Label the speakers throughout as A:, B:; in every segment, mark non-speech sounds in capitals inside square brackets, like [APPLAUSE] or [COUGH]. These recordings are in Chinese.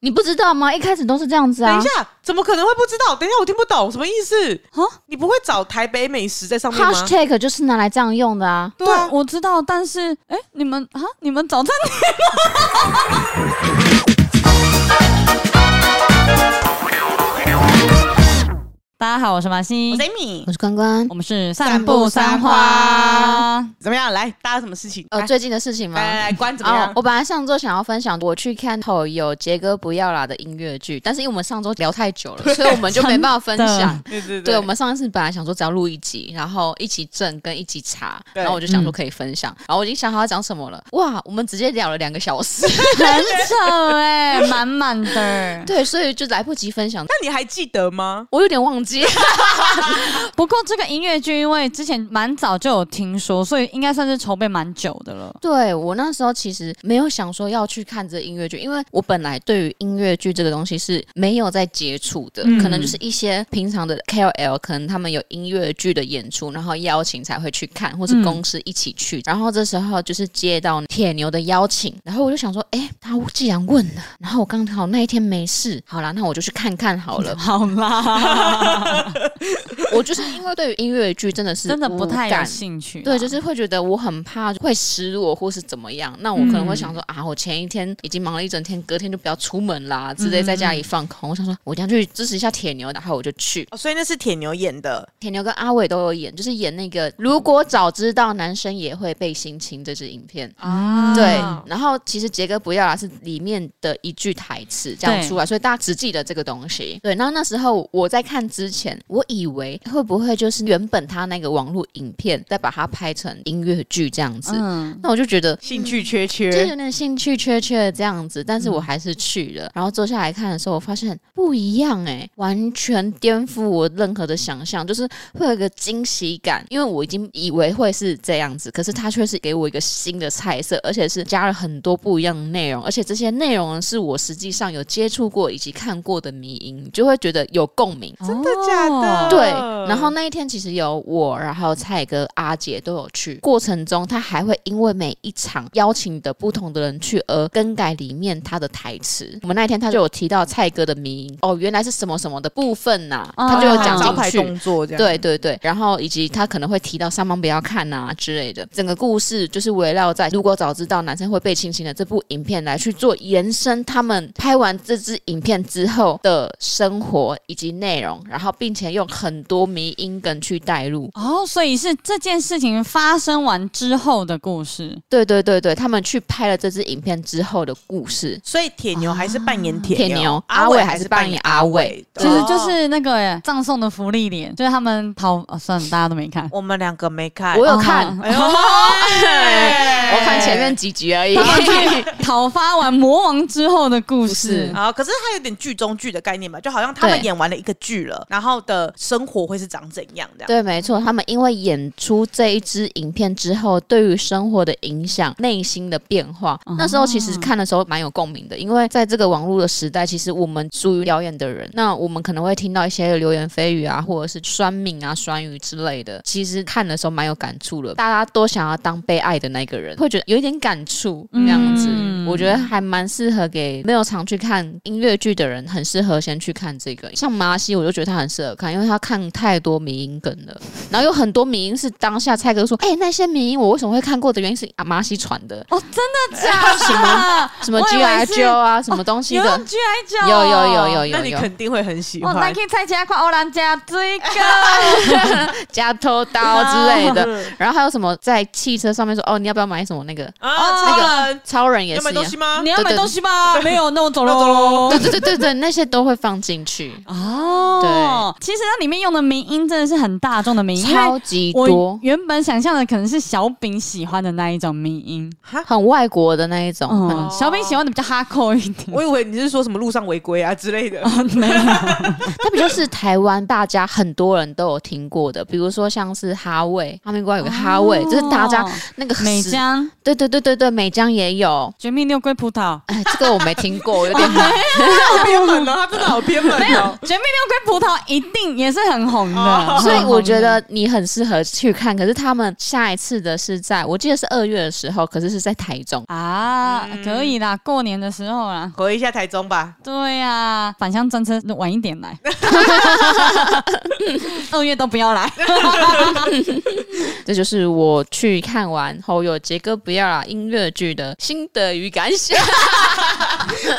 A: 你不知道吗？一开始都是这样子啊。
B: 等一下，怎么可能会不知道？等一下，我听不懂什么意思。
C: 啊
B: 你不会找台北美食在上面吗？
A: ，hashtag 就是拿来这样用的啊。
B: 对啊，
C: 我知道，但是哎、你们啊，你们早餐店吗大家好，我是马西
D: 我，是米
A: 我，是关关
C: 我。们是
D: 散步三花
C: 花
D: 怎么
B: 啊
D: 样？来，大家什么事情？
A: 呃，
D: 来
A: 最近的事情吗？
D: 来来来，关怎么
A: 哦
D: 样？
A: 我本来上周想要分享我去看后有杰哥不要啦的音乐剧，但是因为我们上周聊太久 [LAUGHS] 了，所以我们就没办法分享。
D: 对对
A: 对，我们上一次本来想说只要录一集，然后一集正跟一集茶，
D: 对
A: 然后我就想说可以分享，然后我已经想好要讲什么了。哇，我们直接聊了两个小 [LAUGHS] 时，
C: 很扯哎、满满的。
A: [LAUGHS] 对，所以就来不及分享。
B: 那你还记得吗？
A: 我有点忘记，
C: 不过这个音乐剧，因为之前蛮早就有听说，所以应该算是筹备蛮久的了。
A: 对我那时候其实没有想说要去看这音乐剧，因为我本来对于音乐剧这个东西是没有在接触的，
C: 嗯
A: 可能就是一些平常的 KOL，可能他们有音乐剧的演出，然后邀请才会去看，或是
C: 嗯。
A: 公司一起去。然后这时候就是接到铁牛的邀请，然后我就想说，哎，他既然问了，然后我刚好那一天没事，好啦，那我就去看看好了
C: 嗯好啦，
A: [LAUGHS] 我就是因为对于音乐剧真的是
C: 真的不太
A: 无
C: 有
A: 感
C: 兴趣啊啦。
A: 对，就是会觉得我很怕会失落或是怎么样，那我可能会想说、啊，我前一天已经忙了一整天，隔天就不要出门啦，之类，在家里放空。我想说，我一定要去支持一下铁牛，然后我就去。
B: 哦，所以那是铁牛演的。
A: 铁牛跟阿伟都有演，就是演那个如果早知道男生也会被性侵这支影片。
C: 啊
A: 对，然后其实杰哥不要啦是里面的一句台词这样
C: 对
A: 出来，所以大家只记得这个东西。对，然后那时候我在看之前，我以为会不会就是原本他那个网络影片再把它拍成音乐剧这样子，
C: 嗯，
A: 那我就觉得。
B: 兴趣缺
A: 嗯就是
B: 缺，
A: 有点兴趣缺缺的这样子，但是我还是去了。然后坐下来看的时候，我发现不一样哎、完全颠覆我任何的想象，就是会有一个惊喜感，因为我已经以为会是这样子，可是它却是给我一个新的菜色，而且是加了很多不一样的内容，而且这些内容是我实际上有接触过以及看过的迷音，你就会觉得有共鸣。
C: 真
B: 真的假
C: 哦
B: 的？
A: 对，然后那一天其实有我，然后蔡哥、阿姐都有去。过程中，他还会因为每一场邀请的不同的人去而更改里面他的台词。我们那一天他就有提到蔡哥的迷音，哦，原来是什么什么的部分呐、
C: 哦
A: 他就有
B: 招
A: 讲
B: 牌
A: 进去。
B: 动作这样。
A: 对对对，然后以及他可能会提到上班不要看啊之类的，整个故事就是围绕在如果早知道男生会被亲亲的这部影片来去做延伸，他们拍完这支影片之后的生活以及内容，然后并且用很多迷音梗去带入。
C: 哦，所以是这件事情发生完之后的故事。
A: 对对对对，他们去拍了这支影片之后的故事。
B: 所以铁牛还是扮演铁
A: 啊铁牛，
B: 阿
A: 阿
B: 伟
A: 伟
B: 还
A: 还
B: 是
A: 是
B: 扮
A: 扮
B: 演
A: 演
B: 阿
A: 阿
B: 伟
A: 伟。
B: 对
C: 其实就是那个耶葬送的福利脸，就是他们逃，哦、算了，大家都没看。哦
B: 我们两个没哎看，
A: 我有看，
B: 哎呦
A: [LAUGHS] 我看前面几集而已。
C: [LAUGHS] 他
A: [LAUGHS]
B: 哎
C: 们去讨伐完魔王之后的故事
A: 故，
B: 啊，可是它有点剧中剧的概念吧，就好像他们
A: 对
B: 演完了一个剧了，然后的生活会是长怎样这样。
A: 对，没错，他们因为演出这一支影片之后，对于生活的影响、内心的变化，那时候其实看的时候蛮有共鸣的。因为在这个网络的时代，其实我们属于表演的人，那我们可能会听到一些流言蜚语啊，或者是酸民啊、酸语之类的。其实看的时候蛮有感触的，大家都想要当被爱的那个人，会觉得有一点感触这样子。
C: 嗯
A: 我觉得还蛮适合给没有常去看音乐剧的人，很适合先去看这个。像麻西，我就觉得他很适合看，因为他看太多迷音梗了。然后有很多迷音是当下蔡哥说：“哎、那些迷音我为什么会看过的原因是阿麻西传的，
C: 哦，真
A: [LAUGHS]
C: 的假
A: 什么
C: 的？
A: 什么
C: 我以
A: G
C: 为
A: I
C: 是
A: Joe 啊，什么东西
C: 有啊
A: 的，
C: 用 G I 九？
A: 有有有哦有
B: 那
A: 有
B: 你
A: 有，
B: 肯定会很喜
C: 哦，那
B: 欢
C: 可。以猜其他款欧兰加
A: [LAUGHS]
C: 这个
A: 加偷刀之类
C: [LAUGHS]
A: 的。
B: 嗯
A: 然后还有什么在汽车上面说：“哦，你要不要买什么那个
B: 啊，
C: 哦那
B: 这
C: 个
B: 个
A: 超人也
B: 有
A: 是
B: 买
A: 一样
B: 东西吗
C: 你？要
A: 对
C: 买
A: 对
C: 东西吗？没有，那我走
B: 那我走
C: 喽。
A: [LAUGHS] 对对对对对，那些都会放进去，
C: 哦，其实它里面用的名音真的是很大众的名音，因为
A: 超级
C: 我
A: 多。
C: 原本想象的可能是小饼喜欢的那一种名音，
A: 很外国的那一种，
C: 嗯，小饼喜欢的比较哈扣一
B: [LAUGHS]
C: 点，
A: 嗯
B: 我以为你是说什么路上违规啊之类的。
C: 没有，
A: 它比较是台湾大家很多人都有听过的，比如说像是哈
B: 哦
A: 味，哈密瓜有个哈味，就是大家那个
C: 哦美
A: 时，
C: 江。
A: 对对对对对，美江也有，。
C: 绝命蜜六龟葡
B: [LAUGHS]
C: 萄
A: 哎，这个我没听过，我有点
B: 好偏门哦，他真的好偏门
C: 没有
B: 哦。，
C: 绝命六龟葡萄一定也是很红的
B: 哦，
A: 所以我觉
C: 很红的
A: 得你很适合去看。可是他们下一次的是在我记得是二月的时候，可是是在台中。
C: 啊，可以啦，过年的时候啦。
B: 回一下台中
C: [LAUGHS]
B: 吧，
C: 对呀、返乡专车晚一点来， [LAUGHS] 二月都不要
B: [LAUGHS]
C: 来。
A: 这就是我去看完后有杰哥不要啦音乐剧的心得与感
B: [LAUGHS]
A: 想。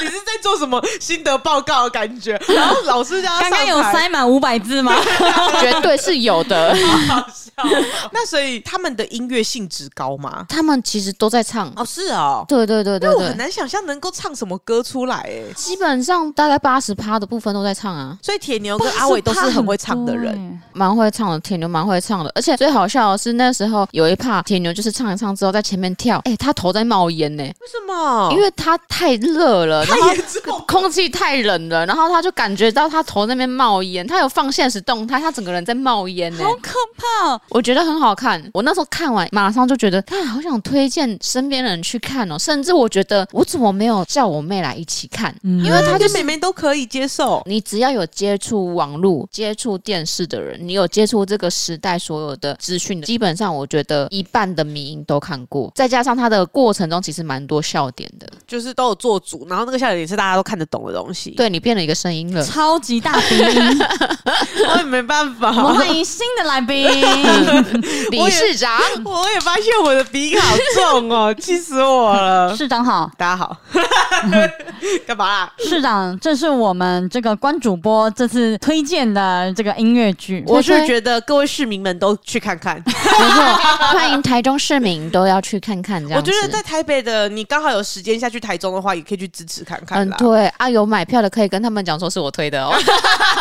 B: 你是在做什么心得报告的感
C: [LAUGHS]
B: 觉？然后老师叫他
C: 刚刚有
B: 上台
C: 塞满五百字吗？
A: 绝对是有的。
B: 好
C: [LAUGHS]
B: 笑。那所以他们的音乐性质高吗？
A: 他们其实都在唱，
B: 哦，是哦，
A: 对对对
B: 因
A: 对
B: 为我很
A: 对，
B: 难想象能够唱什么歌出来哎。
A: 基本上大概八十趴的部分都在唱啊，
B: 所以铁牛跟 [LAUGHS] 阿伟都是很会唱的人，
C: 人，
A: 蛮会唱的，铁牛蛮会唱的。而且最好笑的是那时候有一趴铁牛就是唱一唱之后在前面跳，哎、他头在冒烟呢、
B: 为什么？
C: 欸
A: 因为他太热了，然后
B: 太严重了。
A: 空气太冷了，然后他就感觉到他头那边冒烟，他有放现实动态，他整个人在冒烟呢、
C: 好可怕、哦！
A: 我觉得很好看，我那时候看完马上就觉得，看好想推荐身边人去看哦，甚至我觉得我怎么没有叫我妹来一起看？
C: 嗯
B: 因为他跟妹妹都可以接受，
A: 你只要有接触网络、接触电视的人，你有接触这个时代所有的资讯，基本上我觉得一半的迷音都看过，再加上它的过程中其实蛮多笑点
B: [LAUGHS]
A: 的，
B: 就是都有做主，然后那个笑点是大家都看得懂的东西。，
A: 对你变了一个声音
B: [LAUGHS]
A: 了。
C: 超级大鼻音，
B: 我也没办法
C: [LAUGHS] 我。们欢迎新的来宾。
A: 理事长，
B: 我也发现我的鼻音好重哦， [LAUGHS] 气死我了！
C: 市长好，
B: 大家好， [LAUGHS] 干嘛啊啦？
C: 市长，这是我们这个关主播这次推荐的这个音乐剧。
B: 我是
A: 推
B: 觉得各位市民们都去看看。
A: 没错，欢迎台中市民都要去看看这
B: 我
A: 样子。
B: 觉得在台北的，你刚好有时间下去台中的话，也可以去支持看看
A: 嗯，
B: 啦。
A: 对啊，有买票的可以跟他们讲说是我推的哦。
B: [LAUGHS]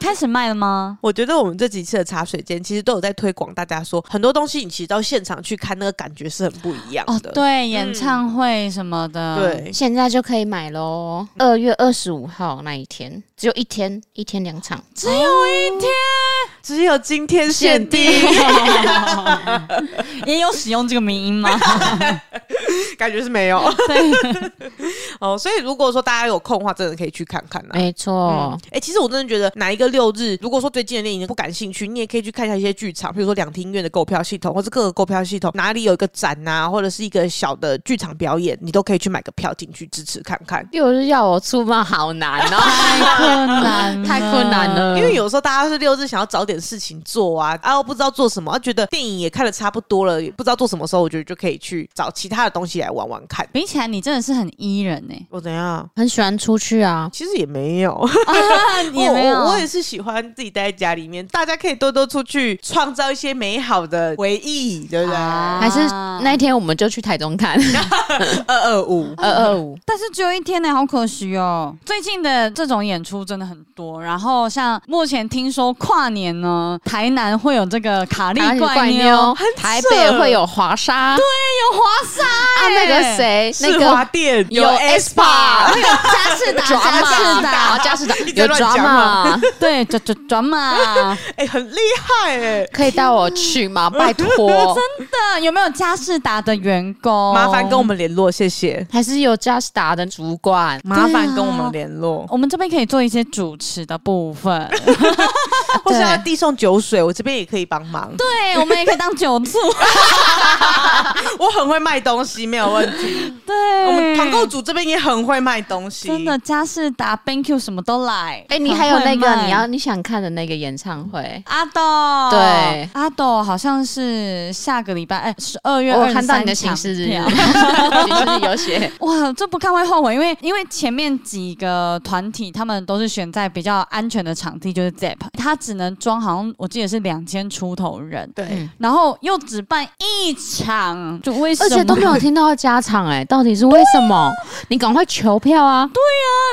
C: 开始卖了吗？
B: 我觉得我们这几次的茶水间其实都有在推广，大家说很多东西，你其实到现场去看，那个感觉是很不一样
C: 哦，
B: 的。
C: 对，演唱会什么的。
B: 对，
A: 现在就可以买喽。二月二十五号那一天，只有一天，一天两场，
C: 哦只有一天。
B: 只有今天限定，
C: 也有使用这个名音吗？
B: 感觉是没有
C: 对，
B: [LAUGHS] 哦。所以如果说大家有空的话，真的可以去看看啦。
A: 没错。
B: 哎、其实我真的觉得哪一个六日，如果说对今年电影不感兴趣，你也可以去看一下一些剧场，比如说两厅院的购票系统，或者各个购票系统哪里有一个展啊，或者是一个小的剧场表演，你都可以去买个票进去支持看看。
A: 六日要我出吗？好难哦，
C: [LAUGHS] 太困难，
A: [LAUGHS] 太困难。了。
B: 因为有时候大家是六日想要找点事情做啊，啊又不知道做什么，啊觉得电影也看的差不多了，也不知道做什么时候，我觉得就可以去找其他的东西来玩玩看。
C: 比起来，你真的是很 E 人呢、
B: 哦我怎样？
A: 很喜欢出去啊，
B: 其实也没有，
C: [LAUGHS] 啊，也没有，
B: 我我我也是喜欢自己待在家里面，大家可以多多出去创造一些美好的回忆，对不对？
C: 啊
A: 还是那一天我们就去台中看
B: 二二五，
A: 二二五。
C: 但是只有一天呢、好可惜哦。最近的这种演出真的很多，然后像目前听说跨年呢，台南会有这个卡利怪妞，有
B: 很扯
A: 台北会有华沙，对
C: 华沙、
A: 啊，那个谁，那
B: 世华
A: 个
B: 店
A: 有 S [LAUGHS] 吧，
C: 有嘉士达，
A: 抓
C: 嘉士
A: 马，
C: 达，
A: 加士达
B: 一直
A: 有
B: 在乱
A: 抓
B: 讲
A: 马，
C: [LAUGHS] 对，转转
A: [LAUGHS]
C: 转嘛，
B: 哎、很厉害哎、
A: 可以带我去吗？拜托，
C: 真的啊有没有嘉士达的员工？
B: 麻烦跟我们联络，谢
C: 啊
B: 谢。
A: 还是有加士达的主管。
B: 麻烦跟我们联络，
C: 我们这边可以做一些主持的
A: [LAUGHS]
C: 部分，哦
B: 或是要递送酒水，我这边也可以帮忙。
C: 对，我们也可以当酒
A: [LAUGHS]
C: 醋，
B: 我很会卖东西，没有问题。
C: [LAUGHS] 对，
B: 我们团购组这边也很会卖东西，
C: 真的嘉士达、BenQ 什么都来。
A: 哎、你还有那
C: 很会
A: 个
C: 卖
A: 你要你想看的那个演唱会，
C: 阿斗，
A: 对
C: 阿斗好像是下个礼拜，哎，十二月
A: 我有
C: 二十
A: 看到你
C: 三
A: 的行
C: 场
A: 事日， [LAUGHS]
C: 票
A: 行事日有写。
C: 哇，这不看会后悔，因为因为前面几个团体他们都是选在比较安全的场地，就是 ZEP，它只能装好像我记得是两千出头人，
B: 对。
A: 嗯
C: 然后又只办一场，就为什么？
A: 而且都没有听到家常哎、到底是为什么？你赶快求票啊！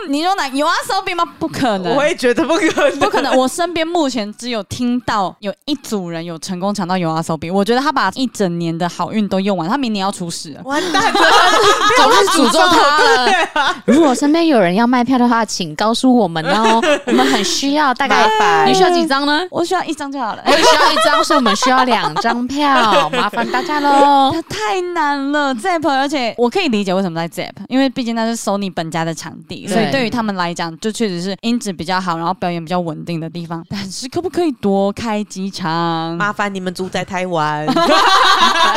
C: 你说哪有啊？手柄吗？不可能，
B: [LAUGHS] 我也觉得不可能，
C: 不可能。我身边目前只有听到有一组人有成功抢到有啊手柄，我觉得他把一整年的好运都用完，他明年要出事了。
B: 完 [LAUGHS] 蛋了，
A: 早就诅咒他了。如果身边有人要卖票的话，请告诉我们 [LAUGHS] 哦，我们很需要。大概
B: 麻烦
A: 你需要几张 [LAUGHS] 呢？哎
C: 我需要一张就好了
A: 我。
B: 哦
A: 也需要一张，所以我们需要两张票，麻烦大家喽。
C: 他太难了，这 ZEP，而且我可以理解为什么在 ZEP，因为毕竟那是 Sony 本家的场地，所以
A: 对
C: 对于他们来讲，就确实是音质比较好，然后表演比较稳定的地方。但是可不可以多开几场？
B: 麻烦你们住在台
C: [LAUGHS]
B: 湾，
A: [LAUGHS]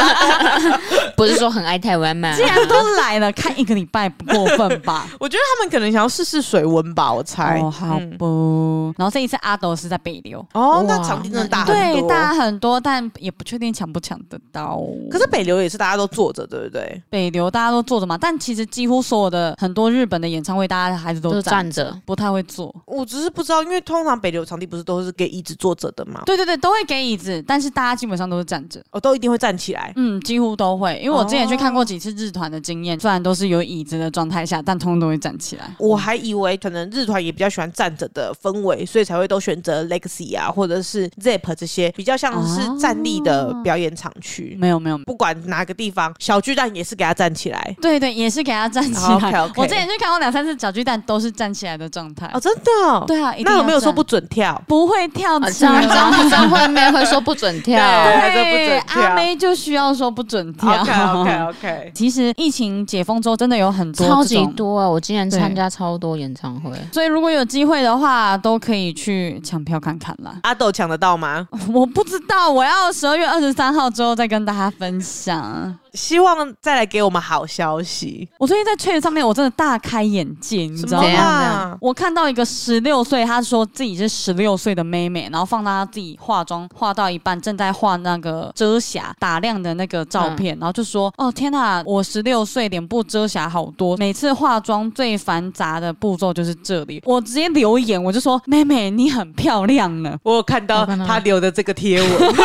A: 不是说很爱台湾吗
C: 既？然都来了，看一个礼拜不过分
B: [LAUGHS]
C: 吧？
B: 我觉得他们可能想要试试水温吧，我猜。
C: 哦，好
B: 嗯
C: 不。然后这一次阿斗是在北流，
B: 哦，那
A: 哇
B: 场地真的大很
C: 对，
B: 多。
C: 大很多，但也不确定抢不抢得到。
B: 可是北流也是大家都坐着，对不对？
C: 北流大家都坐着嘛，但其实几乎所有的很多日本的演唱会，大家还
A: [LAUGHS]
C: 是
A: 都
C: 都
A: 是
C: 站
A: 站着，
C: 不太会坐。
B: 我只是不知道，因为通常北流场地不是都是给椅子坐着的嘛，
C: 对对对，都会给椅子，但是大家基本上都是站着。
B: 我哦都一定会站起来。
C: 嗯，几乎都会，因为我之前去看过几次日团的经验，虽然都是有椅子的状态下，但通通都会站起来。
B: 我还以为可能日团也比较喜欢站着的氛围，所以才会都选择 Legacy 啊，或者是 Zep 这些比较像是站立的表演场区。
C: 没有没有，
B: 不管哪个地方，小巨蛋也是给他站起来。
C: 对对，也是给他站起
B: [LAUGHS]
C: 来。
B: OK，OK
C: 我之前去看过两三次小巨蛋，都是站起来的状态。
B: 哦，真的、哦？
C: 对啊，一定
B: 那有没有
C: 要站
B: 说不准跳？
C: 不会跳
A: 啊
C: 起
A: 张
C: 来？
B: [LAUGHS]
A: 张张惠妹会说不准 [LAUGHS] 跳，
B: 对还是不准
C: 对，
B: 跳
C: 阿妹就需要说不准跳。
B: OK OK [LAUGHS] OK，
C: [LAUGHS] 其实疫情解封之后，真的有很多
A: 超
C: 这
A: 级
C: 种。
A: 多啊！我今年
C: 对
A: 参加超多演唱会，
C: 所以如果有机会的话，都可以去抢票看看啦。
B: 阿斗抢得到吗？
C: 我不知道，我要十二月二十三号之后再跟大家分享。
B: 希望再来给我们好消息。
C: 我最近在 t r a d 上面，我真的大开眼界，你知道
A: 什么
C: 吗？
B: 啊？
C: 我看到一个十六岁，她说自己是十六岁的妹妹，然后放大她自己化妆化到一半，正在画那个遮瑕打亮的那个照片，然后就说：“哦天呐，我十六岁脸部遮瑕好多，每次化妆最繁杂的步骤就是这里。”我直接留言，我就说：“妹妹，你很漂亮呢。”
B: 我有看到
A: 我看到
B: 他留的这个贴文，
A: [LAUGHS]
B: [LAUGHS]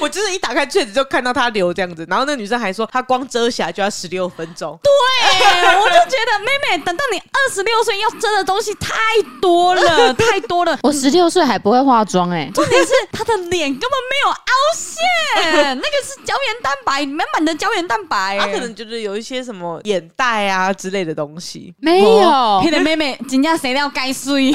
B: 我就是一打开卷子就看到他留这样子，然后那女生还说她光遮瑕就要十六分钟，
C: 对，哎我就觉得妹妹，等到你二十六岁要遮的东西太多
B: [LAUGHS]
C: 了，太多了。
A: 我十六岁还不会化妆哎、 [LAUGHS]
C: 重点是她的脸根本没有凹陷，那个是胶原蛋白，满满的胶原蛋白。
B: 她可能就是有一些什么眼袋啊之类的东西。哦
A: 没
C: 那个哦妹妹真正谁料该水，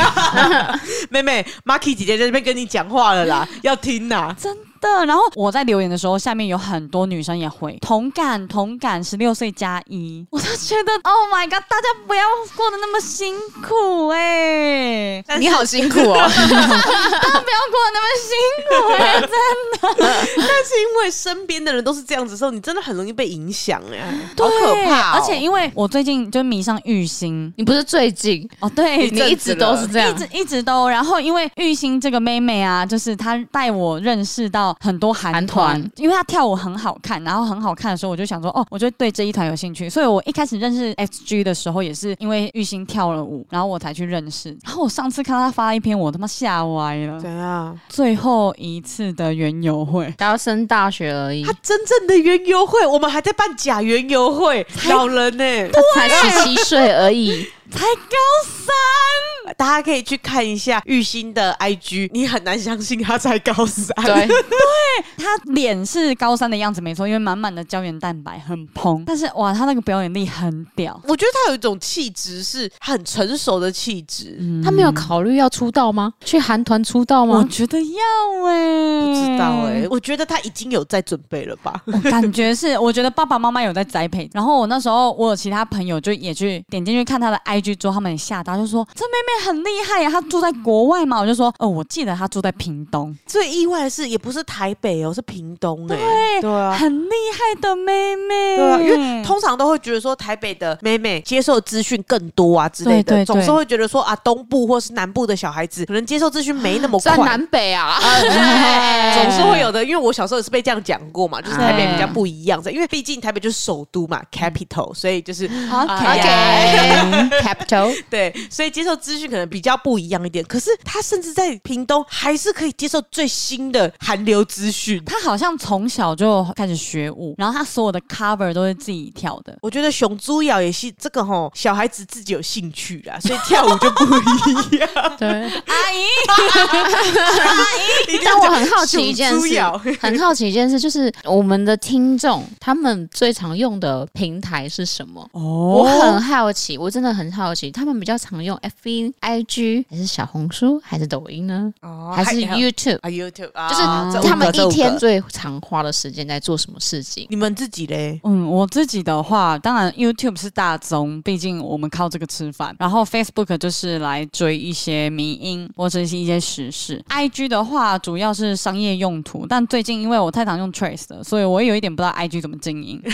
B: [LAUGHS] 妹妹 m a k i 姐姐在这边跟你讲话
A: [LAUGHS]
B: 了啦，要听呐、
C: 真的。然后我在留言的时候，下面有很多女生也回同感同感，十六岁加一，我就觉得 Oh my god，大家不要过得那么辛苦
B: [LAUGHS]
C: 哎、
B: 但是
A: 你好辛苦哦，
C: 大家不要过得那么辛苦哎、真
B: [LAUGHS] 但是因为身边的人都是这样子的时候，你真的很容易被影响哎、
C: 对
B: 好可怕、哦！
C: 而且因为我最近就迷上玉兴
A: 你不是最近，
C: 哦，对，
A: 哎你一直都是这样
C: 一。直一直都。然后因为玉兴这个妹妹啊，就是她带我认识到很多韩团
A: 韩团，
C: 因为她跳舞很好看，然后很好看的时候，我就想说，哦，我就对这一团有兴趣。所以我一开始认识 XG 的时候，也是因为玉兴跳了舞，然后我才去认识。然后我上次看到她发一篇，我他妈吓歪了
B: 怎。样？
C: 最后一次的园游会，
A: 还要升大学而已
B: 他，真正的园游会，我们还在办假园游会，老人欸呢、
A: 他才
B: 啊
A: 十七岁而
B: [LAUGHS]
A: 已，
C: 才高三，
B: 大家可以去看一下玉兴的 IG，你很难相信他才高三。
A: 对，
C: 她脸是高三的样子没错，因为满满的胶原蛋白，很蓬。但是哇，她那个表演力很屌。
B: [LAUGHS] 我觉得他有一种气质，是很成熟的气质。
C: 嗯
A: 他没有考虑要出道吗？去韩团出道
C: 我
A: 吗？
C: 觉得要哎、
B: 不知道哎、
A: 嗯
B: 我觉得他已经有在准备了吧？ [LAUGHS]
C: 我感觉是， [LAUGHS] 我觉得爸爸妈妈有在栽培。然后我那时候，我有其他朋友就也去点进去看他的 IG 之后，他们也吓到，就说这妹妹很厉害啊呀、她住在国外嘛。我就说，哦，我记得她住在屏东，
B: 最意外的是，也不是台北哦，是屏东哎、
C: 对
B: 对啊。
C: 很厉害的妹妹。
B: 对啊，因为通常都会觉得说台北的妹妹接受资讯更多啊之类的，
C: 对对对
B: 总是会觉得说啊东部或是南部的小孩子可能接受资讯没那么
A: 算
B: 快，
A: 南北啊，
B: 对
A: [LAUGHS]
B: 总是会有的，因为我小时候也是被这样讲过嘛，就是台北比较不一样，因为毕竟台北就是首都嘛，capital，所以就是啊
C: ，OK，,
A: OK Capital，
B: 对，所以接受资讯可能比较不一样一点。可是他甚至在屏东还是可以接受最新的韩流资讯。
C: 她好像从小就开始学舞，然后她所有的 cover 都是自己跳的。
B: 我觉得熊猪咬也是这个吼，小孩子自己有兴趣啦，所以跳舞就不一样。
A: 对。
C: 阿姨，
B: 一定要
A: 但我很
B: 讲
A: 好奇一件
B: 熊猪
A: 事
B: 咬，
A: 很好奇一件事，就是我们的听众他们最常用的平台是什么？
C: 哦，
A: 我很好奇，我真的很好奇，他们比较常用 F B、I IG 还是小红书还是抖音呢？
B: 哦
A: 还是 YouTube？
B: 啊 YouTube，
A: 就是
B: 啊这五个
A: 他们
B: 这
A: 一
B: 五个
A: 天最常花的时间在做什么事情？
B: 你们自己嘞？
C: 嗯，我自己的话，当然 YouTube 是大宗，毕竟我们靠这个吃饭。然后 Facebook 就是来追一些民音或者是一些时事。IG 的话，主要是商业用途，但最近因为我太常用 Trace 了，所以我有一点不知道 IG 怎么经营。 [LAUGHS]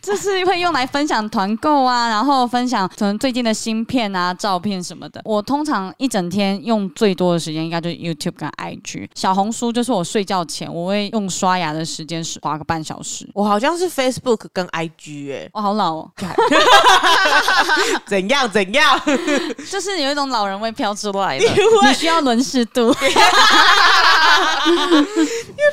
C: 就是会用来分享团购啊，然后分享可能最近的芯片啊、照片什么的。我通常一整天用最多的时间应该就是 YouTube 跟 IG，小红书就是我睡觉前我会用刷牙的时间是花个半小时。
B: 我好像是 Facebook 跟 IG 哎、
C: 我好老哦，
B: 怎样怎样？
C: 就是有一种老人味飘出来的，你需要轮适度。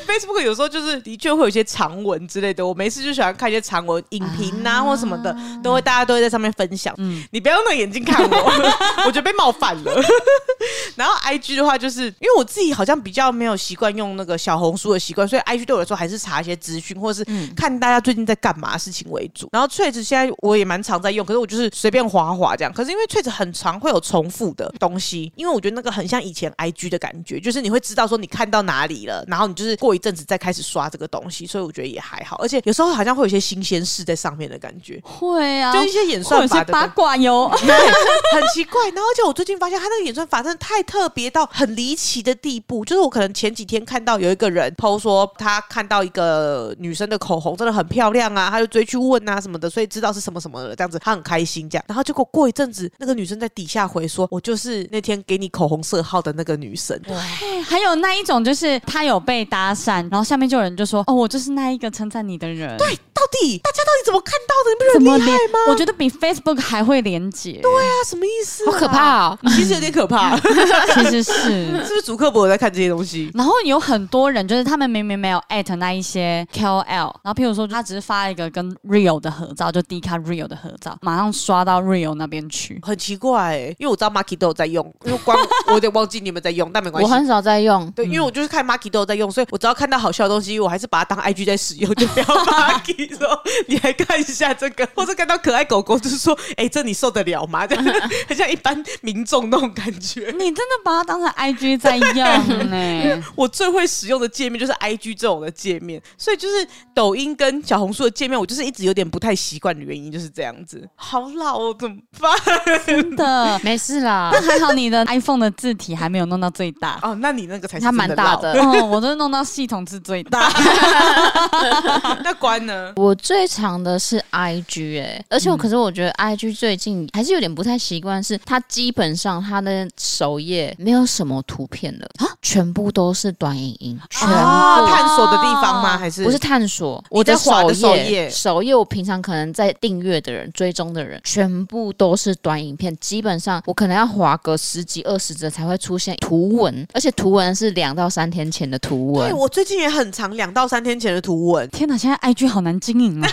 B: Facebook 有时候就是的确会有一些长文之类的，我没事就喜欢看一些长文、影评啊或什么的，都会大家都会在上面分享。你不要用那个眼睛看我， [LAUGHS] 我觉得被冒犯了。然后 IG 的话，就是因为我自己好像比较没有习惯用那个小红书的习惯，所以 IG 对我来说还是查一些资讯或者是看大家最近在干嘛的事情为主。然后 t r a c 现在我也蛮常在用，可是我就是随便划划这样。可是因为 t r a c 很常会有重复的东西，因为我觉得那个很像以前 IG 的感觉，就是你会知道说你看到哪里了，然后你就是过一阵子再开始刷这个东西，所以我觉得也还好。而且有时候好像会有一些新鲜事在上面的感觉，
C: 会啊，
B: 就一些演
C: 或
B: 算
C: 者
B: 法
C: 是
B: 的东
C: 八
B: 西
C: 卦哟。
B: 对，很奇怪。然后而且我最近发现他那个演算法真的太特别到很离奇的地步，就是我可能前几天看到有一个人 PO 说他看到一个女生的口红真的很漂亮啊，他就追去问啊什么的，所以知道是什么什么了，这样子他很开心这样。然后结果过一阵子，那个女生在底下回说：“我就是那天给你口红色号的那个女生。”
C: 哎还有那一种就是他有被搭讪，然后下面就有人就说：“哦，我就是那一个称赞你的人。”对，
B: 到底大家到底怎么看到的？你不觉得
C: 怎么
B: 很厉害
C: 连
B: 吗？？
C: 我觉得比 Facebook 还会连接。
B: 对啊，什么意思、
A: 好可怕！哦！
B: 其实有点可
C: [LAUGHS]
B: [LAUGHS] 怕，是
C: 其实是。
B: 不是主客博在看这些东西？
C: [LAUGHS] 然后有很多人就是他们明明没有艾特那一些 KOL，然后譬如说他只是发一个跟 Real 的合照，就 D 卡 Real 的合照，马上刷到 Real 那边去。
B: 很奇怪、欸，因为我知道 Marky 都有在用，因为光我有点忘记你们在用，但没关
A: 我
B: 系。
A: 很少在用。
B: 对，因为我就是看 Marky 都有在用，所以我只要看到好笑的东西，我还是把它当 IG 在使用，就不要 [LAUGHS] Marky 说你来看一下这个，或者看到可爱狗狗，就是说，哎、这你受得了吗？这样很像一般民众那种感觉。
C: 你真的把它当成 IG 在用欸呢、
B: [LAUGHS] 我最会使用的界面就是 IG 这种的界面，所以就是抖音跟小红书的界面，我就是一直有点不太习惯的原因就是这样子。好老哦，怎么办？
C: 真的。
A: 没事 [LAUGHS] 啦，
C: 那还好你的 iPhone 的字体还没有弄到最大。
B: [LAUGHS] 哦，那你那个才是
A: 它蛮
B: 真
A: 大
B: 老
A: 的。
C: [LAUGHS] 哦，我都弄到系统字最大。
B: 那关呢？
A: 我最长的是 IG 哎、而且我可是我觉得 IG 最近还是有点不太习惯，是它基本上它的首页没有什么图片了啊，全部都是短影音，全部、
B: 啊，探索的地方吗？还是
A: 不是探索，
B: 你
A: 我
B: 在滑
A: 首
B: 的首页
A: 页首页我平常可能在订阅的人、追踪的人，全部都是短影片，基本上我可能要滑个十几二十则才会出现图文，而且图文是两到三天前的图文
B: 嗯对，，我最近也很常两到三天前的图文，
C: 天哪，现在 IG 好难经营啊！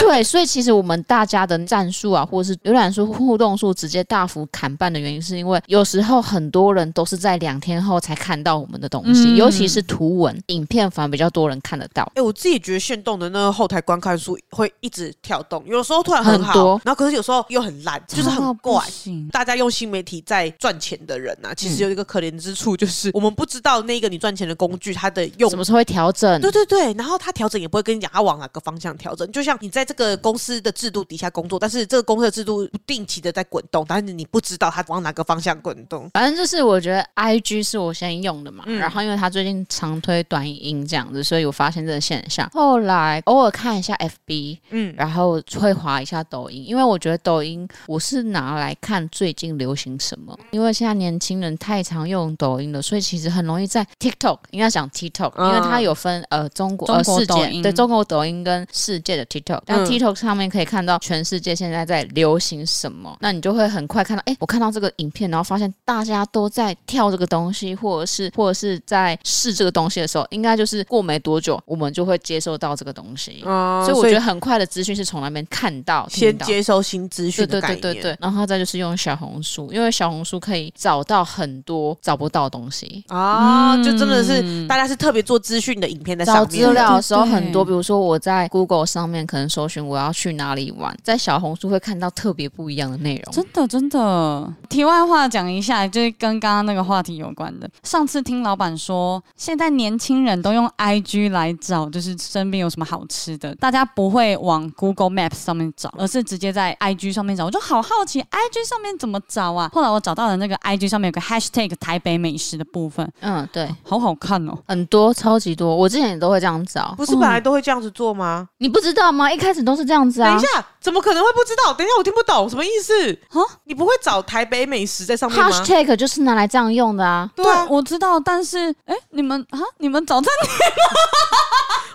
A: 对，所以其实我们大家的战术啊，或者是浏览数、互动数直接大幅砍半的原因，是因为有时候很多人都是在两天后才看到我们的东西，
C: 嗯
A: 尤其是图文、影片，反而比较多人看得到。
B: 哎、我自己觉得限动的那个后台观看数会一直跳动，有的时候突然很好，
A: 很多啊
B: 然后可是有时候又很烂，就是
C: 差到
B: 很
C: 不
B: 怪。
C: 行
B: 大家用新媒体在赚钱的人呐、啊，
A: 嗯
B: 其实有一个可怜之处，就是我们不知道那个你赚钱的工具它的用
A: 什么时候会调整？
B: 对对对，然后他调整也不会跟你讲他往哪个方向调整，就像你在这个公司的制度底下工作，但是这个公司的制度不定期的在滚动，但是你不知道它往哪个方向滚动。
A: 反正就是我觉得 I G 是我先用的嘛，然后因为他最近常推短影音这样子，所以我发现这个现象。后来偶尔看一下 F B，
B: 嗯，
A: 然后会滑一下抖音，因为我觉得抖音我是拿来看最近流行什么，因为现在年轻人太常用抖音了，所以其实很容易在 TikTok，应该讲 TikTok，、
B: 嗯
A: 因为它有分呃中国呃
C: 中国
A: 世
C: 抖
A: 界
C: 音
A: 对中国抖音跟世界的 TikTok，但
B: 嗯
A: TikTok 上面可以看到全世界现在在流行什么，那你就会很快看到，哎，我看到这个影片，然后发现大家都在跳这个东西，或者是或者是在试这个东西的时候，应该就是过没多久，我们就会接受到这个东西。
B: 啊
A: 所以我觉得很快的资讯是从那边看到、
B: 先
A: 听到。
B: 接收新资
A: 对
B: 讯
A: 对
B: 的概
A: 对
B: 念。
A: 对对，然后再就是用小红书，因为小红书可以找到很多找不到的东西。
B: 啊，就真的
C: 嗯
B: 是大家是特别做资讯的影片在上
A: 找
B: 面的，
A: 资料的时候
C: 对对对
A: 很多，比如说我在 Google 上面可能搜寻我要去哪里玩，在小红书会看到特别不一样的内容。
C: 真的真的。题外话讲一下，就是跟刚刚那个话题有关的。上次听老板说，现在年轻人都用 IG 来找，就是身边有什么好吃的，大家不会往 Google Maps 上面找，而是直接在 IG 上面找。我就好好奇 IG 上面怎么找啊？后来我找到了那个 IG 上面有个 Hashtag 台北美食的部分，
A: 嗯，对，
C: 好好看哦。
A: 很多超级多，我之前也都会这样找，
B: 不是本来都会这样子做吗？
A: 你不知道吗？一开始都是这样
C: 嗯
A: 子
B: 等
A: 啊
B: 一。下，怎么可能会不知道？等一下，我听不懂什么意思
C: 啊
B: 你不会找台北美食在上面吗？
A: Hashtag 就是拿来这样用的啊。
B: 对啊，
C: 我知道，但是哎、你们啊，你们早餐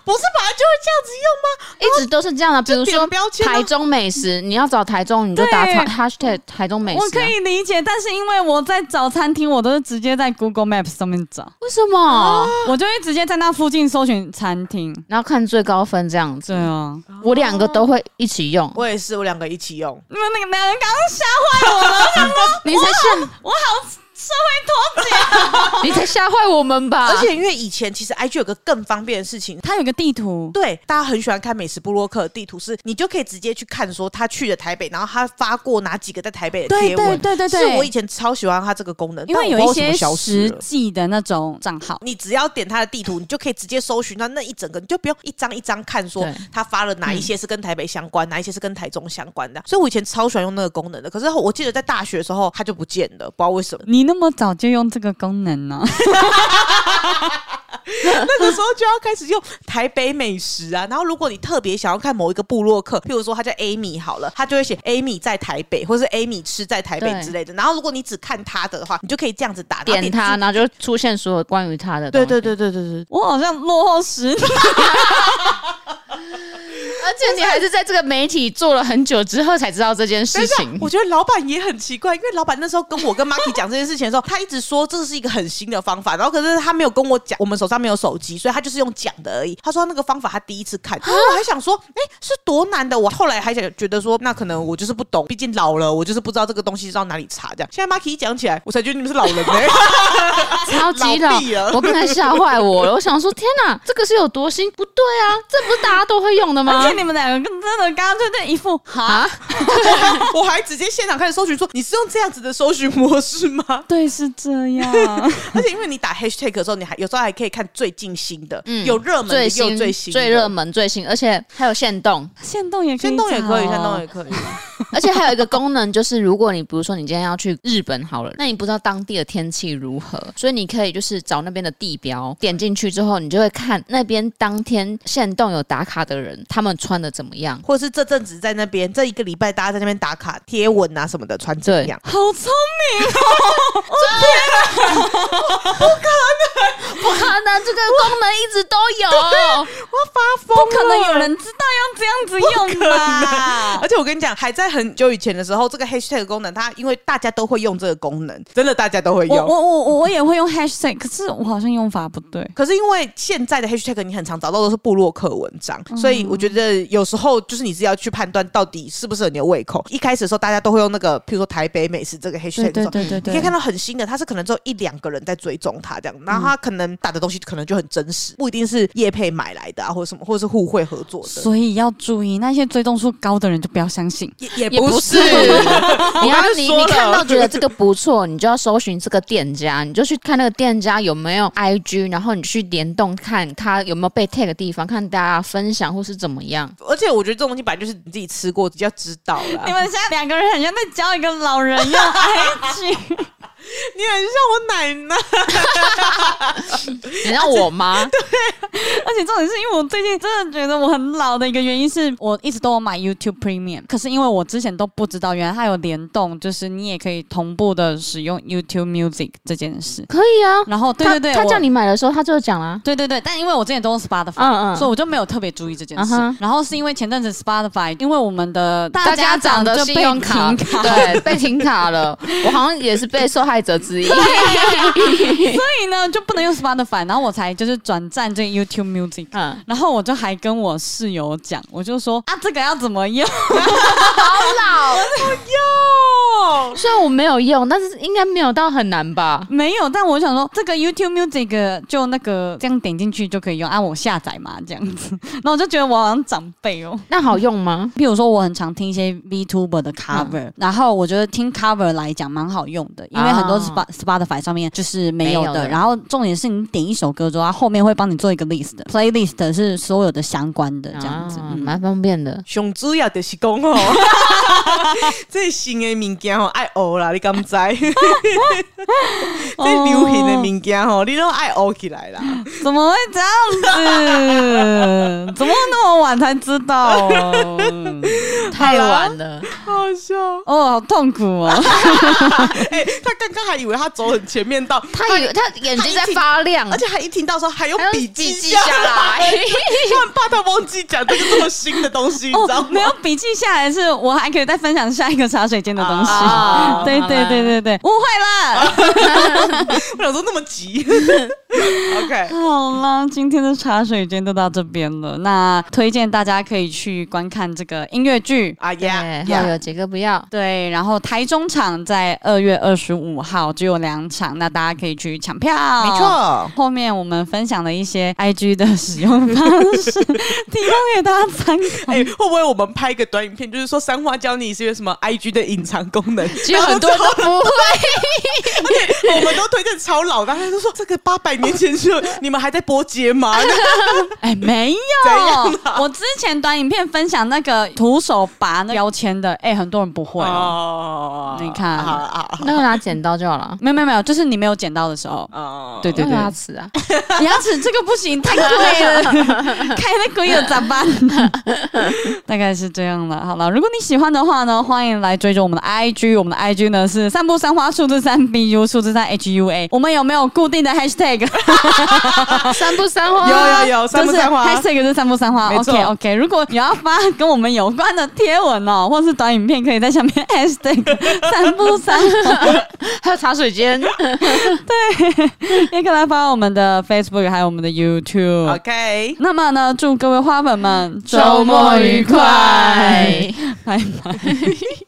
B: 不是本来就会这样子用吗？
A: 一直都是这样的、比如
B: 就
A: 说
B: 点标签啊
A: 台中美食，你要找台中，你就打
C: 对
A: hashtag 台中美食、啊。
C: 我可以理解，但是因为我在找餐厅，我都是直接在 Google Maps 上面找，
A: 为什么？
C: 我就会直接在那附近搜寻餐厅。
A: 然后看最高分这样子
C: 对。啊，
A: 我两个都会一起用，
B: 我也是，我两个一起用。
C: 你们那个男人刚刚吓坏我了，
A: 你才吓，
C: 我好社会脱节。
A: [LAUGHS] 你才吓坏我们吧？
C: 啊
B: 而且因为以前其实 IG 有个更方便的事情。
C: 它有个地图，
B: 对，大家很喜欢看美食部落克的地图，是你就可以直接去看说他去了台北，然后他发过哪几个在台北的贴文。
C: 对对
B: 是我以前超喜欢他这个功能，
C: 因为
B: 但我
C: 有
B: 不
C: 一
B: 知道为什么
C: 些
B: 消失
C: 实
B: 了
C: 际的那种账号，
B: 你只要点他的地图，你就可以直接搜寻到那一整个，你就不用一张一张看，说
A: 对嗯
B: 他发了哪一些是跟台北相关，哪一些是跟台中相关的。所以我以前超喜欢用那个功能的，可是我记得在大学的时候它就不见了，不知道
A: [LAUGHS]
B: 为什么。
C: 你那么早就用这个功能啊呢、
B: 那个时候就要开始用台北美食啊。然后如果你特别想要看某一个部落客，譬如说他叫 Amy 好了，他就会写 Amy 在台北，或是 Amy 吃在台北
A: 对
B: 之类的。然后如果你只看他的话，你就可以这样子打
A: 点它，
B: 它。
A: 然后就出现所有关于它的。
B: 对对。对对对对，
C: 我好像落后十年。
A: 而且你还是在这个媒体做了很久之后才知道这件
B: 等
A: 事
B: 一下
A: 情，。
B: 啊我觉得老板也很奇怪，因为老板那时候跟我跟 Marky 讲这件事情的时候，他一直说这是一个很新的方法，然后可是他没有跟我讲，我们手上没有手机，所以他就是用讲的而已。他说他那个方法他第一次 [LAUGHS] 看，然后我还想说，哎、是多难的？我后来还想觉得说，那可能我就是不懂，毕竟老了，我就是不知道这个东西到哪里查这样。现在 Marky 一讲起来，我才觉得你们是老人欸呢、 [LAUGHS]
A: 超级
B: 老
A: 老
B: 毕了，
A: 我刚才吓坏我了。我想说，天哪，这个是有多新？不对啊，这不是大家都会用的吗
C: [LAUGHS] 而？且你们两个真的刚刚就这一副哈，
A: 啊，
B: 我还直接现场开始搜寻说，你是用这样子的搜寻模式吗？ [LAUGHS]
C: 对，是这样。 [LAUGHS]
B: 而且因为你打 hashtag 的时候，你还有时候还可以看最近新的，
A: 嗯
B: 有热门的，
A: 最
B: 也
A: 新、
B: 有最新的、
A: 最热门、最新，而且还有限动，
C: 现动也可以，
B: 先动也可以，先动也可以。
A: [LAUGHS] 而且还有一个功能就是，如果你比如说你今天要去日本好了，那你不知道当地的天气如何，所以你可以就是找那边的地标，点进去之后，你就会看那边当天限动有打卡的人，他们穿的怎么
B: [LAUGHS]
A: 样。
B: 或是这阵子在那边，这一个礼拜大家在那边打卡贴文啊什么的，传怎么样？
C: 好聪明哦！
A: 不可能，这个功能一直都有。
C: 不可能有人知道要这样子用吧？
B: 而且我跟你讲，还在很久以前的时候，这个 hashtag 功能，它因为大家都会用这个功能，真的大家都会
C: 我
B: 用。
C: 我我我我也会用 hashtag，可是我好像用法不对。
B: 可是因为现在的 hashtag 你很常找到都是部落客文章，所以我觉得有时候就是你自己要去判断到底是不是你的胃口。一开始的时候大家都会用那个，譬如说台北美食这个 hashtag 的时候，
C: 对
B: 你可以看到很新的，它是可能只有一两个人在追踪它这样，然后它可能打的东西可能就很真实，不一定是业配买来的啊，或者什么，或者是互惠合作的。
C: 所以要注意，那些追踪数高的人就不要相信。
B: 也也
A: 也不是你要
B: 刚就
A: 你
B: 说
A: 你看
B: 了
A: 到觉得这个不错，你就要搜寻这个店家，你就去看那个店家有没有 IG，然后你去联动看他有没有被 tag 的地方，看大家分享或是怎么样。
B: [LAUGHS] 而且我觉得这种东西本来就是你自己吃过，比较知道啦。
C: [LAUGHS] 你们现在两个人很像在教一个老人
B: [LAUGHS]
C: 用 IG，
B: 你很像我奶奶，
A: 你知道我吗？
C: 而且重点是因为我最近真的觉得我很老的一个原因是我一直都有买 YouTube Premium，可是因为我之前都不知道原来它有联动，就是你也可以同步的使用 YouTube Music 这件事。
A: 可以啊。
C: 然后对
A: 他
C: 对对，
A: 他
C: 我
A: 叫你买的时候，他就讲啦、
C: 对对对，但因为我之前都用 Spotify，、
A: 嗯嗯
C: 所以我就没有特别注意这件事。
A: 嗯哼
C: 然后是因为前阵子 Spotify，因为我们的
A: 大家
C: 长
A: 长的
C: 就
A: 信
C: 被
A: 用
C: 停
A: 卡 [LAUGHS]
C: 卡，
A: 对被停卡了，我好像也是被受害者之思议。
C: 所以呢就不能用 Spotify，然后我才就是转战这个 YouTube Music。
A: 嗯，
C: 然后我就还跟我室友讲，我就说啊，这个要怎么用？
A: 好老，虽然我没有用，但是应该没有到很难吧？
C: [LAUGHS] 没有，但我想说，这个 YouTube Music 就那个这样点进去就可以用，按、啊我下载嘛，这样子。然后我就觉得我好像长辈哦。
A: 那好用吗？
C: 譬如说，我很常听一些 VTuber
A: 嗯
C: 的 cover，、然后我觉得听 cover 来讲蛮好用的，因为
A: 啊
C: 很多 Sp Spotify 上面就是没有
A: 没
C: 的。
A: 有的
C: 然后重点是你点一首歌之后，它后面会帮你做一个 list，playlist 是所有的相关的这样子。
A: 啊
C: 嗯
A: 蛮方便的。
B: 上主要就是讲吼，这新的物件吼爱学啦，你敢知？ [LAUGHS] 这
C: 哦
B: 流行的物件吼，你都爱学起来啦。
C: 怎么会这
B: [LAUGHS]
C: 样子？怎么那么晚才知道、哦？
A: 太晚了，
B: 好笑！
C: 哦，好痛苦哦！
B: [LAUGHS] 哎、他刚刚还以为他走很前面到，
A: 他以为他眼睛在发亮，
B: 而且还一听到说还有
A: 还用
B: 笔
A: 笔
B: 记
A: 记下来， [LAUGHS]
B: [LAUGHS] 我很怕他忘记讲这个这么新的东西，你知道
C: 哦
B: 吗，？
C: 没有笔记下来是，我还可以再分享下一个茶水间的东西。
A: 啊
C: [LAUGHS] 对对对对对，误会了。
B: 我想说那么
A: [LAUGHS]
B: 急。OK，
C: [LAUGHS] 好啦，今天的茶水间就到这边了。那推荐大家可以去观看这个音乐剧。
B: 啊呀
A: 对，
B: 呀
A: 哎好有杰哥不要，
C: 对，然后台中场在二月二十五号只有两场，那大家可以去抢票。
A: 哦
B: 没。错。
A: 嗯
C: 后面我们分享了一些 IG 的使用方式， [LAUGHS] 提供给大家参考。
B: 哎、会不会我们拍一个短影片，就是说三花教你是有什么 IG 的隐藏功能？
A: [LAUGHS] 其实很多人都不会。
B: 我们都推荐超老的，他就说这个八百年前就你们还在播街
A: [LAUGHS]
B: 吗？
C: 哎， [LAUGHS] 没
B: 怎样
C: 有，我之前短影片分享那个徒手拔那标签的，哎，很多人不会哦。
B: 哦
C: 你看
B: 好了好了
A: 那就拿剪刀就好了。
C: 没有没有没有，就是你没有剪到的时候，
B: 哦，
C: 对对
A: 用
C: 对，
A: 牙齿啊，
C: 牙齿这个不行，太贵了，开那贵了咋
B: [LAUGHS]
C: 办？大概是这样了。好了，如果你喜欢的话呢，欢迎来追踪我们的 IG，我们的 IG 呢是散步三花数字三 BU 数字三 HUA。我们有没有固定的 hashtag？
A: 三不三花。
B: 有有有，三不
C: [LAUGHS] 就是
B: 三花，
C: hashtag 是散步三花。
B: 没错
C: OK OK，如果你要发跟我们有关的贴文哦，或是短影片，可以在下面 [LAUGHS] hashtag 散步三花。
A: 还有茶水间，
C: 也可以来发我们的 Facebook，还有我们的 YouTube。
A: 嗯
B: OK，
C: 那么呢，祝各位花粉们 [LAUGHS]
A: 周末愉快。
C: 拜拜。